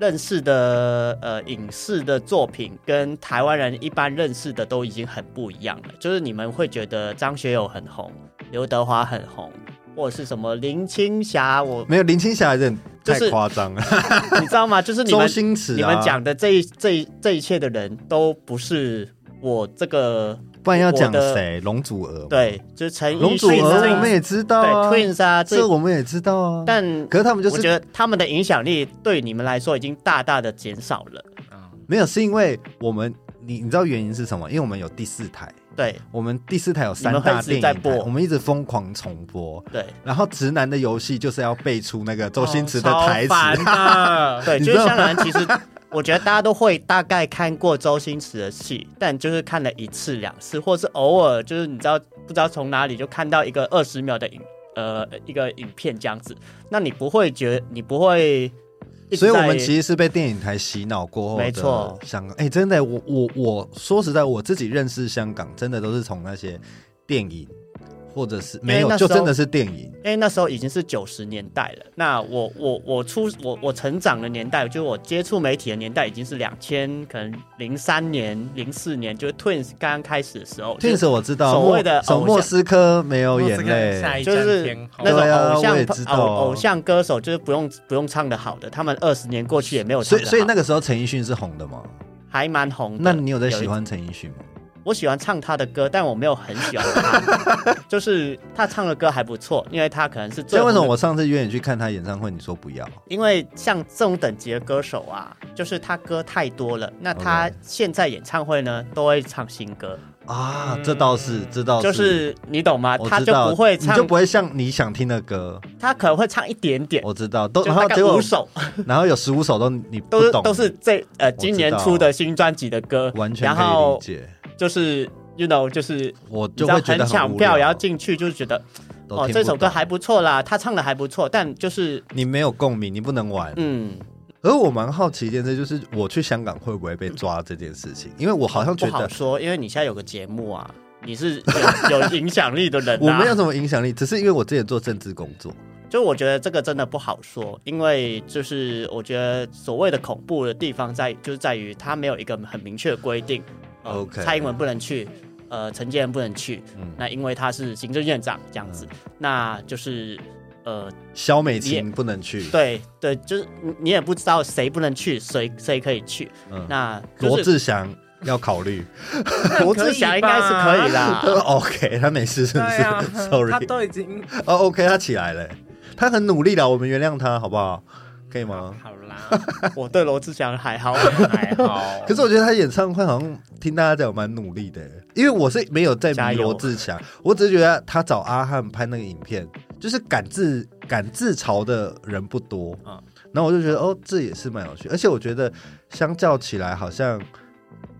Speaker 2: 认识的呃影视的作品，跟台湾人一般认识的都已经很不一样了。就是你们会觉得张学友很红，刘德华很红，或者是什么林青 霞，我
Speaker 1: 没有林青霞有点
Speaker 2: 就
Speaker 1: 太
Speaker 2: 是
Speaker 1: 夸张了，
Speaker 2: 你知道吗？就是你
Speaker 1: 周
Speaker 2: 们、
Speaker 1: 星驰、啊、
Speaker 2: 你们，讲的这一这一这一切的人都不是我这个
Speaker 1: 不然要讲
Speaker 2: 我的
Speaker 1: 谁？龙祖儿，，
Speaker 2: 对，就是陈
Speaker 1: 龙
Speaker 2: 奕
Speaker 1: 祖
Speaker 2: 迅
Speaker 1: 儿我
Speaker 2: 啊
Speaker 1: 们，也知道
Speaker 2: 对
Speaker 1: 啊，
Speaker 2: Twins 啊，这
Speaker 1: 这我们也知道啊。
Speaker 2: 但
Speaker 1: 可是他们就
Speaker 2: 我
Speaker 1: 是
Speaker 2: 觉得他们的影响力对你们来说已经大大的减少了。
Speaker 3: 啊，
Speaker 1: 没有，是因为我们你你知道原因是什么？因为我们有第四台，
Speaker 2: 对
Speaker 1: 我们第四台有
Speaker 2: 你
Speaker 1: 三
Speaker 2: 们会
Speaker 1: 大
Speaker 2: 一直
Speaker 1: 电影
Speaker 2: 在
Speaker 1: 台
Speaker 2: 播
Speaker 1: 我们一直疯狂重播。
Speaker 2: 对
Speaker 1: 然后直男的游戏就是要背出那个周星驰的
Speaker 3: 哦
Speaker 1: 台词，
Speaker 3: 超 烦的
Speaker 2: 对，
Speaker 1: 你
Speaker 2: 就
Speaker 1: 知
Speaker 2: 是
Speaker 1: 道
Speaker 2: 香港人其实 我觉得大家都会大概看过周星驰的戏，但就是看了一次两次，或是偶尔就是你知道不知道从哪里就看到一个二十秒的影呃一个影片这样子，那你不会觉得你不会一直
Speaker 1: 所
Speaker 2: 在，
Speaker 1: 以我们其实是被电影台洗脑过后的
Speaker 2: 没错
Speaker 1: 香港，哎、真的，我我我说实在，我自己认识香港，真的都是从那些电影，或者是没有，
Speaker 2: 那时
Speaker 1: 就
Speaker 2: 候
Speaker 1: 真的是电影。
Speaker 2: 因为那时候已经是九十年代了，那我我我出我我成长的年代，就是我接触媒体的年代，已经是两千可能零三年、零四年，就是 Twins 刚刚开始的时候，
Speaker 1: 确实我知道，
Speaker 2: 所谓
Speaker 1: 莫
Speaker 2: 的
Speaker 1: 什么
Speaker 2: 偶像
Speaker 1: 莫斯科没有眼
Speaker 3: 下
Speaker 1: 泪，
Speaker 3: 一
Speaker 2: 就
Speaker 3: 站
Speaker 2: 是
Speaker 3: 天后
Speaker 2: 那种
Speaker 1: 对啊
Speaker 2: 偶像、
Speaker 1: 我也知道
Speaker 2: 偶偶像歌手，就是不用不用唱的好的，他们二十年过去也没有
Speaker 1: 所
Speaker 2: 唱
Speaker 1: 以
Speaker 2: 得好
Speaker 1: 所以那个时候陈奕迅是红的嘛？
Speaker 2: 还蛮红的。
Speaker 1: 那你有在
Speaker 2: 一
Speaker 1: 喜？欢陈奕迅吗？
Speaker 2: 我我喜欢唱他的歌，但我没有很喜欢他， 就是他唱的歌还不错，因为他可能是
Speaker 1: 所
Speaker 2: 最
Speaker 1: 以为什么
Speaker 2: 红的？
Speaker 1: 我上次约你去看他演唱会，你说不要？
Speaker 2: 因为像这种等级的歌手啊，就是他歌太多了，那他
Speaker 1: OK
Speaker 2: 现在演唱会呢都会唱新歌，
Speaker 1: 啊，
Speaker 3: 嗯
Speaker 1: 这倒哦是，这倒
Speaker 2: 就是你懂吗？
Speaker 1: 我
Speaker 2: 他
Speaker 1: 知
Speaker 2: 就
Speaker 1: 道
Speaker 2: 不会
Speaker 1: 你
Speaker 2: 唱
Speaker 1: 就，不会像你想听的歌，
Speaker 2: 他可能会唱一点点，
Speaker 1: 我知道都，
Speaker 2: 就
Speaker 1: 然
Speaker 2: 大
Speaker 1: 后
Speaker 2: 概
Speaker 1: 结果
Speaker 2: 五首，
Speaker 1: 然后有十五首都你不
Speaker 2: 都是
Speaker 1: 懂，
Speaker 2: 都是这呃
Speaker 1: 知
Speaker 2: 今年出
Speaker 1: 道
Speaker 2: 的新专辑的歌，
Speaker 1: 完全
Speaker 2: 然
Speaker 1: 可以理
Speaker 2: 后
Speaker 1: 解，
Speaker 2: 就是。you know，就是
Speaker 1: 我
Speaker 2: 你知
Speaker 1: 就
Speaker 2: 道
Speaker 1: 会觉
Speaker 2: 很
Speaker 1: 得
Speaker 2: 抢
Speaker 1: 无
Speaker 2: 票，
Speaker 1: 聊，
Speaker 2: 然后进去就觉得
Speaker 1: 都
Speaker 2: 哦，
Speaker 1: 听
Speaker 2: 这
Speaker 1: 不
Speaker 2: 首歌
Speaker 1: 懂
Speaker 2: 还不错啦，他唱的还不错，但就是
Speaker 1: 你没有共鸣，你不能玩。
Speaker 2: 嗯，
Speaker 1: 而我蛮好奇一件事，就是我去香港会不会被抓这件事情，因为我好像
Speaker 2: 不
Speaker 1: 觉
Speaker 2: 好
Speaker 1: 得
Speaker 2: 说，因为你现在有个节目啊，你是有有影响力的人、啊，
Speaker 1: 我没有什么影响力，只是因为我之前做政治工作，
Speaker 2: 就我觉得这个真的不好说，因为就是我觉得所谓的恐怖的地方在就是在于它没有一个很明确的规定。呃
Speaker 1: OK 嗯
Speaker 2: 蔡英文不能去，呃，陈建仁不能去，那因为他是行政院长这样子，那就是呃，
Speaker 1: 肖美
Speaker 2: 你也
Speaker 1: 琴不能去，
Speaker 2: 对对，就是你你也不知道谁不能去，谁谁可以去，
Speaker 1: 嗯
Speaker 2: 那就
Speaker 1: 罗
Speaker 2: 是
Speaker 1: 志祥要考 虑。
Speaker 2: 罗志祥应该是可以啦，
Speaker 1: OK，他没事是
Speaker 3: 对
Speaker 1: 不是、
Speaker 3: 啊
Speaker 1: s o r
Speaker 3: 他
Speaker 1: r y
Speaker 3: 都已经
Speaker 1: 哦，OK，他起来了，他很努力了，我们原谅他好不好？可以吗？
Speaker 3: 好啦，
Speaker 2: 我对罗志祥还好，
Speaker 3: 还好。
Speaker 1: 可是我觉得他演唱会好像听大家讲蛮努力的，因为我是没有在
Speaker 2: 加
Speaker 1: 迷
Speaker 2: 油
Speaker 1: 罗志祥，我只是觉得他找阿汉拍那个影片，就是敢自敢自嘲的人不多
Speaker 3: 嗯
Speaker 1: 然后我就觉得哦，这也是蛮有趣，而且我觉得相较起来好像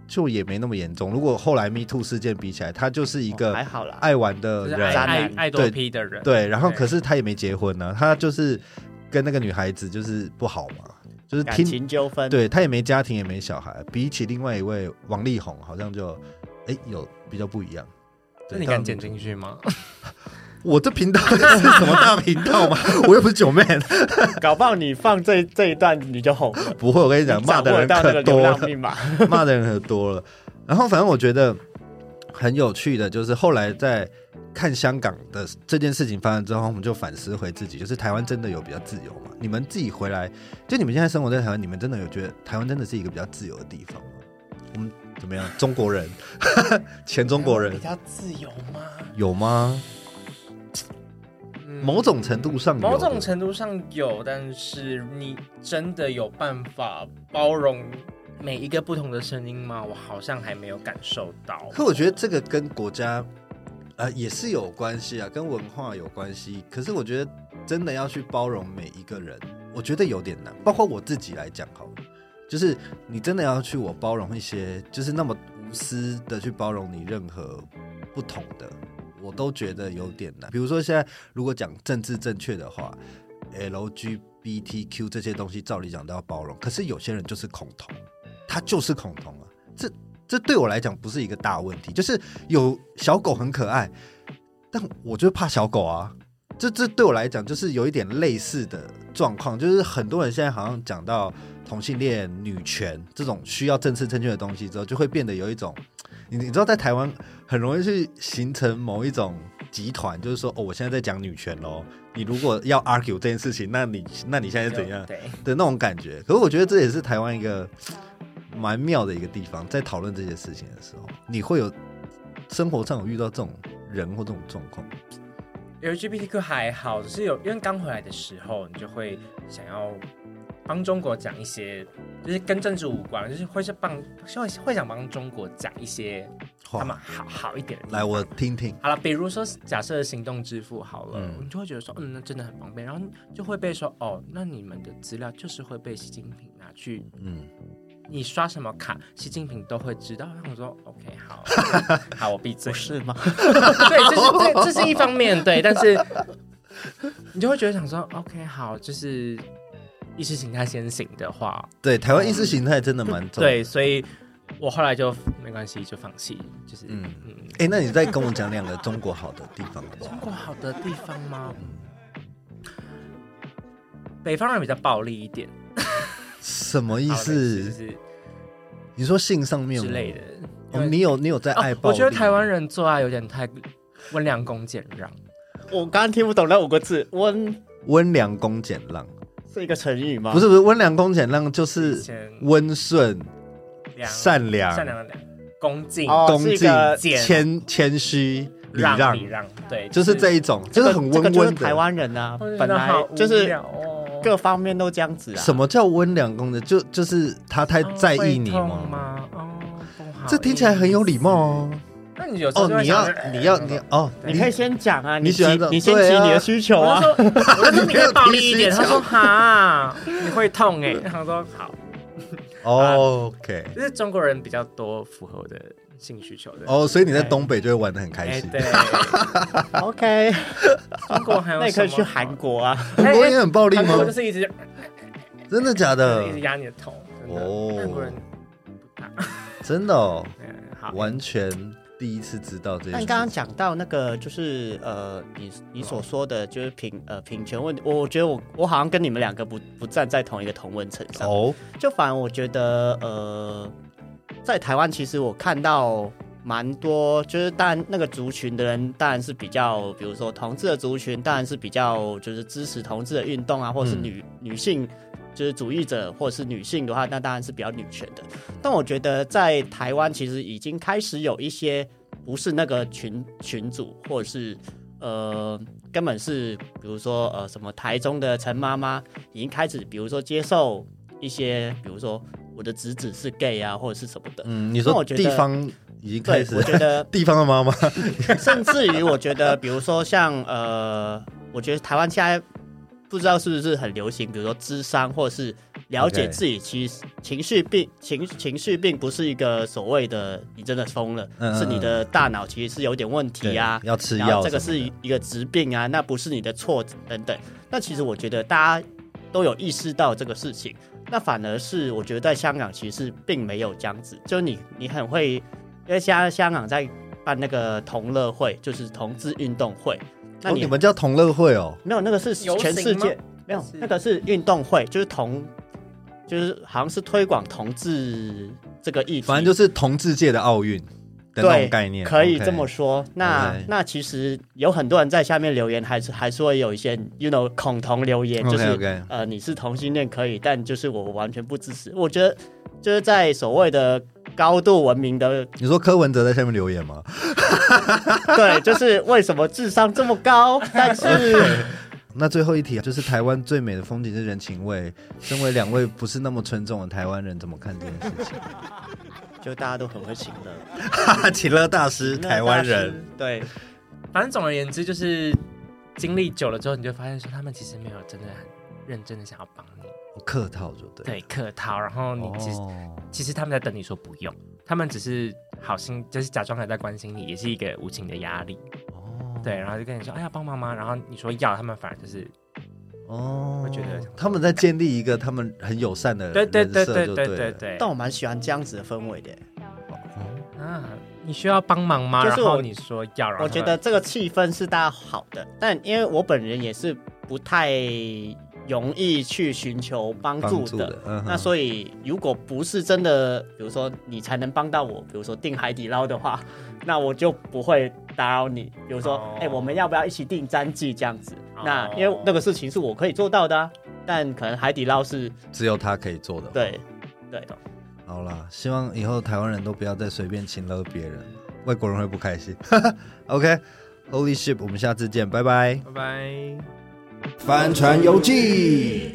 Speaker 1: 就也没那么严重。如果后来 Me Too 事件比起来，他就是一
Speaker 2: 还
Speaker 1: 个
Speaker 2: 好啦，
Speaker 1: 爱玩的
Speaker 3: 哦就是
Speaker 1: 人，
Speaker 3: 爱
Speaker 2: 渣
Speaker 3: 爱
Speaker 2: 男
Speaker 3: 爱多批的人，
Speaker 1: 对，然后
Speaker 3: 对
Speaker 1: 可是他也没结婚呢、他就是跟那个女孩子就是不好嘛，就是
Speaker 2: 感
Speaker 1: 听，
Speaker 2: 情纠纷，
Speaker 1: 对他也没家庭也没小孩，比起另外一位王力宏，好像就哎有比较不一样。
Speaker 3: 那
Speaker 1: 对
Speaker 3: 你
Speaker 1: 但
Speaker 3: 敢剪进去吗？
Speaker 1: 我这频道是什么大频道吗？我又不是九妹，
Speaker 2: 搞不好你放这这一段你就红了，
Speaker 1: 不会，我跟你讲，
Speaker 2: 你
Speaker 1: 骂
Speaker 2: 掌
Speaker 1: 的
Speaker 2: 握
Speaker 1: 人
Speaker 2: 到那
Speaker 1: 可
Speaker 2: 个流
Speaker 1: 多
Speaker 2: 浪
Speaker 1: 了，
Speaker 2: 密码。
Speaker 1: 骂的人可多了。然后反正我觉得很有趣的，就是后来在看香港的这件事情发生之后，我们就反思回自己，就是台湾真的有比较自由吗？你们自己回来，就你们现在生活在台湾，你们真的有觉得台湾真的是一个比较自由的地方吗？我们怎么样？中国人， 前 中国人
Speaker 3: 较自由吗？
Speaker 1: 有吗？
Speaker 3: 嗯
Speaker 1: 某种程度上有，
Speaker 3: 某种程度上有，但是你真的有办法包容每一个不同的声音吗？我好像还没有感受到。
Speaker 1: 可我觉得这个跟国家，呃，也是有关系啊，跟文化有关系。可是我觉得真的要去包容每一个人，我觉得有点难。包括我自己来讲，好了，就是你真的要去我包容一些，就是那么无私的去包容你任何不同的，我都觉得有点难。比如说现在如果讲政治正确的话，LGBTQ 这些东西照理讲都要包容，可是有些人就是恐同，他就是恐同啊，这这对我来讲不是一个大问题，就是有小狗很可爱，但我就怕小狗啊。这这对我来讲就是有一点类似的状况，就是很多人现在好像讲到同性恋、女权这种需要正式正确的东西之后，就会变得有一种，你你知道在台湾很容易去形成某一种集团，就是说哦，我现在在讲女权喽，你如果要 argue 这件事情，那你那你现在怎样？
Speaker 3: 对，
Speaker 1: 的那种感觉。可是我觉得这也是台湾一个蛮妙的一个地方，在讨论这些事情的时候，你会有生活上有遇到这种人或这种状况。
Speaker 3: LGBTQ 还好，只是有因为刚回来的时候，你就会想要帮中国讲一些，就是跟政治无关，就是会是帮会会想帮中国讲一些他们
Speaker 1: 话
Speaker 3: 好好一点的地
Speaker 1: 来，
Speaker 3: 方
Speaker 1: 我听听。
Speaker 3: 好了，比如说假设行动支付好了，
Speaker 1: 嗯
Speaker 3: 你就会觉得说，嗯，那真的很方便，然后就会被说，哦，那你们的资料就是会被习近平拿去，
Speaker 1: 嗯，
Speaker 3: 你刷什么卡，习近平都会知道。然后我说，OK，好，好，我闭 嘴
Speaker 2: 不。是吗？
Speaker 3: 对，这是这这是一方面，对，但是你就会觉得想说，OK，好，就是意识形态先行的话，
Speaker 1: 对，台湾意识形态真的蛮重。，
Speaker 3: 对，所以我后来就没关系，就放弃，就是
Speaker 1: 嗯
Speaker 3: 嗯。
Speaker 1: 哎，那你再跟我讲两个中国好的地方好不好
Speaker 3: 中国好的地方吗？
Speaker 1: 嗯
Speaker 3: 北方人比较暴力一点，
Speaker 1: 什么意
Speaker 3: 好类似
Speaker 1: 思？
Speaker 3: 是
Speaker 1: 你说性上面
Speaker 3: 之
Speaker 1: 吗
Speaker 3: 类的。
Speaker 1: 哦，
Speaker 3: 因为
Speaker 1: 你有你有在
Speaker 3: 哦
Speaker 1: 爱暴
Speaker 3: 我
Speaker 1: 力
Speaker 3: 觉
Speaker 1: 吗、
Speaker 3: 得台湾人做爱有点太温良恭俭让，
Speaker 2: 我刚刚听不懂那五个字，温
Speaker 1: 温良恭俭让，
Speaker 2: 是一个成语
Speaker 3: 啊
Speaker 2: 吗？
Speaker 1: 不是不是温良恭俭让，就是
Speaker 3: 先
Speaker 1: 温顺、
Speaker 3: 良
Speaker 1: 善良、
Speaker 3: 善良的良，恭敬、
Speaker 2: 哦
Speaker 1: 恭
Speaker 2: 是一
Speaker 1: 敬
Speaker 2: 个、
Speaker 3: 俭
Speaker 1: 谦谦虚、礼
Speaker 3: 让
Speaker 1: 让
Speaker 3: 礼，让，对，
Speaker 1: 就是这一种，就
Speaker 2: 这个
Speaker 1: 是很温
Speaker 2: 这个就是
Speaker 1: 温
Speaker 2: 台
Speaker 1: 的。
Speaker 2: 湾人啊
Speaker 3: 我觉得，
Speaker 2: 本来
Speaker 3: 哎好无
Speaker 2: 就是
Speaker 3: 聊哦
Speaker 2: 各方面都这样子啊。
Speaker 1: 什么叫温良恭的？就就是他太
Speaker 3: 哦
Speaker 1: 在
Speaker 3: 会
Speaker 1: 意你
Speaker 3: 痛
Speaker 1: 吗？
Speaker 2: 啊
Speaker 3: 吗？哦，不好
Speaker 1: 这听起来很有礼貌哦。
Speaker 3: 意思。那你有时候就
Speaker 1: 哦，
Speaker 3: 会
Speaker 1: 你
Speaker 3: 想
Speaker 1: 要
Speaker 3: 说
Speaker 1: 你要你要哦，
Speaker 2: 哎你可以先讲啊，
Speaker 1: 你
Speaker 2: 你
Speaker 1: 喜欢这
Speaker 2: 提
Speaker 1: 种
Speaker 2: 你先
Speaker 1: 对
Speaker 2: 提
Speaker 1: 啊
Speaker 2: 你的需求啊。
Speaker 3: 我就说，我就说你可以暴力一 点。
Speaker 1: 你
Speaker 3: 他
Speaker 1: 没有提示
Speaker 3: 说哈，你会痛哎。他说好，
Speaker 1: 哦 OK
Speaker 3: 就是中国人比较多符合我的性需求的。
Speaker 1: 哦，所以你在
Speaker 3: 对
Speaker 1: 东北就会玩的很开
Speaker 3: 哎，
Speaker 1: 心。
Speaker 3: 对，
Speaker 2: OK，
Speaker 3: 中国还 有
Speaker 2: 那你可以
Speaker 3: 什么哎
Speaker 2: 去韩国啊。
Speaker 1: 韩国也很暴力
Speaker 3: 韩
Speaker 1: 吗
Speaker 2: 哎
Speaker 3: 国？就是一直
Speaker 1: 真的假的
Speaker 3: 一？直压你的头，真的
Speaker 1: 嗯哦
Speaker 3: 韩国人
Speaker 1: 真的哦，
Speaker 3: 嗯好，
Speaker 1: 完全第一次知道这件事。
Speaker 2: 那你刚刚讲到那个，就是呃，你你
Speaker 1: 哦
Speaker 2: 所说的就是平呃平权问题，我我觉得我我好像跟你们两个不不站在同一个同温层上。
Speaker 1: 哦，
Speaker 2: 就反而我觉得，呃，在台湾其实我看到蛮多，就是当然那个族群的人当然是比较，比如说同志的族群，当然是比较就是支持同志的运动啊，或是
Speaker 1: 嗯
Speaker 2: 女、女性就是主义者或者是女性的话，那当然是比较女权的。但我觉得在台湾其实已经开始有一些不是那个群群主或者是。呃，根本是比如说呃，什么台中的陈妈妈已经开始，比如说接受一些，比如说我的侄子是 gay 啊，或者是什么的。
Speaker 1: 嗯，你
Speaker 2: 那
Speaker 1: 说
Speaker 2: 我觉得
Speaker 1: 地方已经开
Speaker 2: 对，
Speaker 1: 始
Speaker 2: 我，觉得
Speaker 1: 地方的妈妈，
Speaker 2: 甚至于我觉得，比如说像呃，我觉得台湾现在不知道是不是很流行，比如说智商，或者是了解
Speaker 1: OK
Speaker 2: 自己其实情绪病情情绪并不是一个所谓的你真的疯了，
Speaker 1: 嗯嗯
Speaker 2: 是你的大脑其实是有点问题啊，
Speaker 1: 要吃
Speaker 2: 然
Speaker 1: 药
Speaker 2: 后
Speaker 1: 什么的，
Speaker 2: 这个是一个疾病啊，那不是你的错等等。那其实我觉得大家都有意识到这个事情，那反而是我觉得在香港其实并没有这样子，就是你你很会，因为现在香港在办那个同乐会，就是同志运动会，那
Speaker 1: 哦
Speaker 2: 你,、
Speaker 1: 你们叫同乐会哦，
Speaker 2: 没有那个是
Speaker 3: 游行
Speaker 2: 全世
Speaker 3: 吗
Speaker 2: 界没有
Speaker 3: 是
Speaker 2: 那个是运动会，就是同就是好像是推广同志这个议题，
Speaker 1: 反正就是同志界的奥运的那
Speaker 2: 对
Speaker 1: 种概念，
Speaker 2: 可以
Speaker 1: OK
Speaker 2: 这么说。那
Speaker 1: OK
Speaker 2: 那其实有很多人在下面留言，还是还是会有一些，you know，恐同留言，就是
Speaker 1: OK，OK
Speaker 2: 呃，你是同性恋可以，但就是我完全不支持。我觉得就是在所谓的高度文明的，
Speaker 1: 你说柯文哲在下面留言吗？
Speaker 2: 对，就是为什么智商这么高，但是
Speaker 1: 那最后一题啊就是台湾最美的风景是人情味。身为两位不是那么纯种的台湾人，怎么看这件事情？
Speaker 2: 就大家都很会请乐，
Speaker 1: 哈哈，请乐大师，
Speaker 2: 那
Speaker 1: 台湾
Speaker 2: 大
Speaker 1: 人
Speaker 2: 师，对，
Speaker 3: 反正总而言之，就是经历久了之后，你就发现说他们其实没有真的很认真的想要帮你，
Speaker 1: 不客套就对。
Speaker 3: 对，客套。然后你其实、
Speaker 1: 哦，
Speaker 3: 其实他们在等你说不用，他们只是好心，就是假装还在关心你，也是一个无情的压力。
Speaker 1: 哦
Speaker 3: 对，然后就跟你说哎呀帮忙吗？然后你说要，他们反而就是
Speaker 1: 哦，
Speaker 3: 我觉得
Speaker 1: 他们在建立一个他们很友善的
Speaker 3: 对对
Speaker 1: 人设
Speaker 3: 对
Speaker 1: 就对
Speaker 3: 对对对
Speaker 1: 了
Speaker 3: 对。
Speaker 2: 但我蛮喜欢这样子的氛围的。
Speaker 3: 啊，你需要帮忙吗？
Speaker 2: 就是
Speaker 3: 然后
Speaker 2: 我
Speaker 3: 你说要，然后
Speaker 2: 我
Speaker 3: 他
Speaker 2: 觉
Speaker 3: 们
Speaker 2: 得这个气氛是大家好的，但因为我本人也是不太容易去寻求帮
Speaker 1: 帮
Speaker 2: 助
Speaker 1: 助
Speaker 2: 的，
Speaker 1: 的嗯哼
Speaker 2: 那所以如果不是真的，比如说你才能帮到我，比如说订海底捞的话，那我就不会打扰你。比如说，哎
Speaker 3: 哦、
Speaker 2: 我们要不要一起订詹记这样子？
Speaker 3: 哦
Speaker 2: 那因为那个事情是我可以做到的、啊，但可能海底捞是
Speaker 1: 只有他可以做的。，
Speaker 2: 对对
Speaker 1: 好啦，希望以后台湾人都不要再随便请了别人，外国人会不开心。OK，Holy ship，我们下次见，拜拜。
Speaker 3: 拜拜。
Speaker 4: 帆船游记》。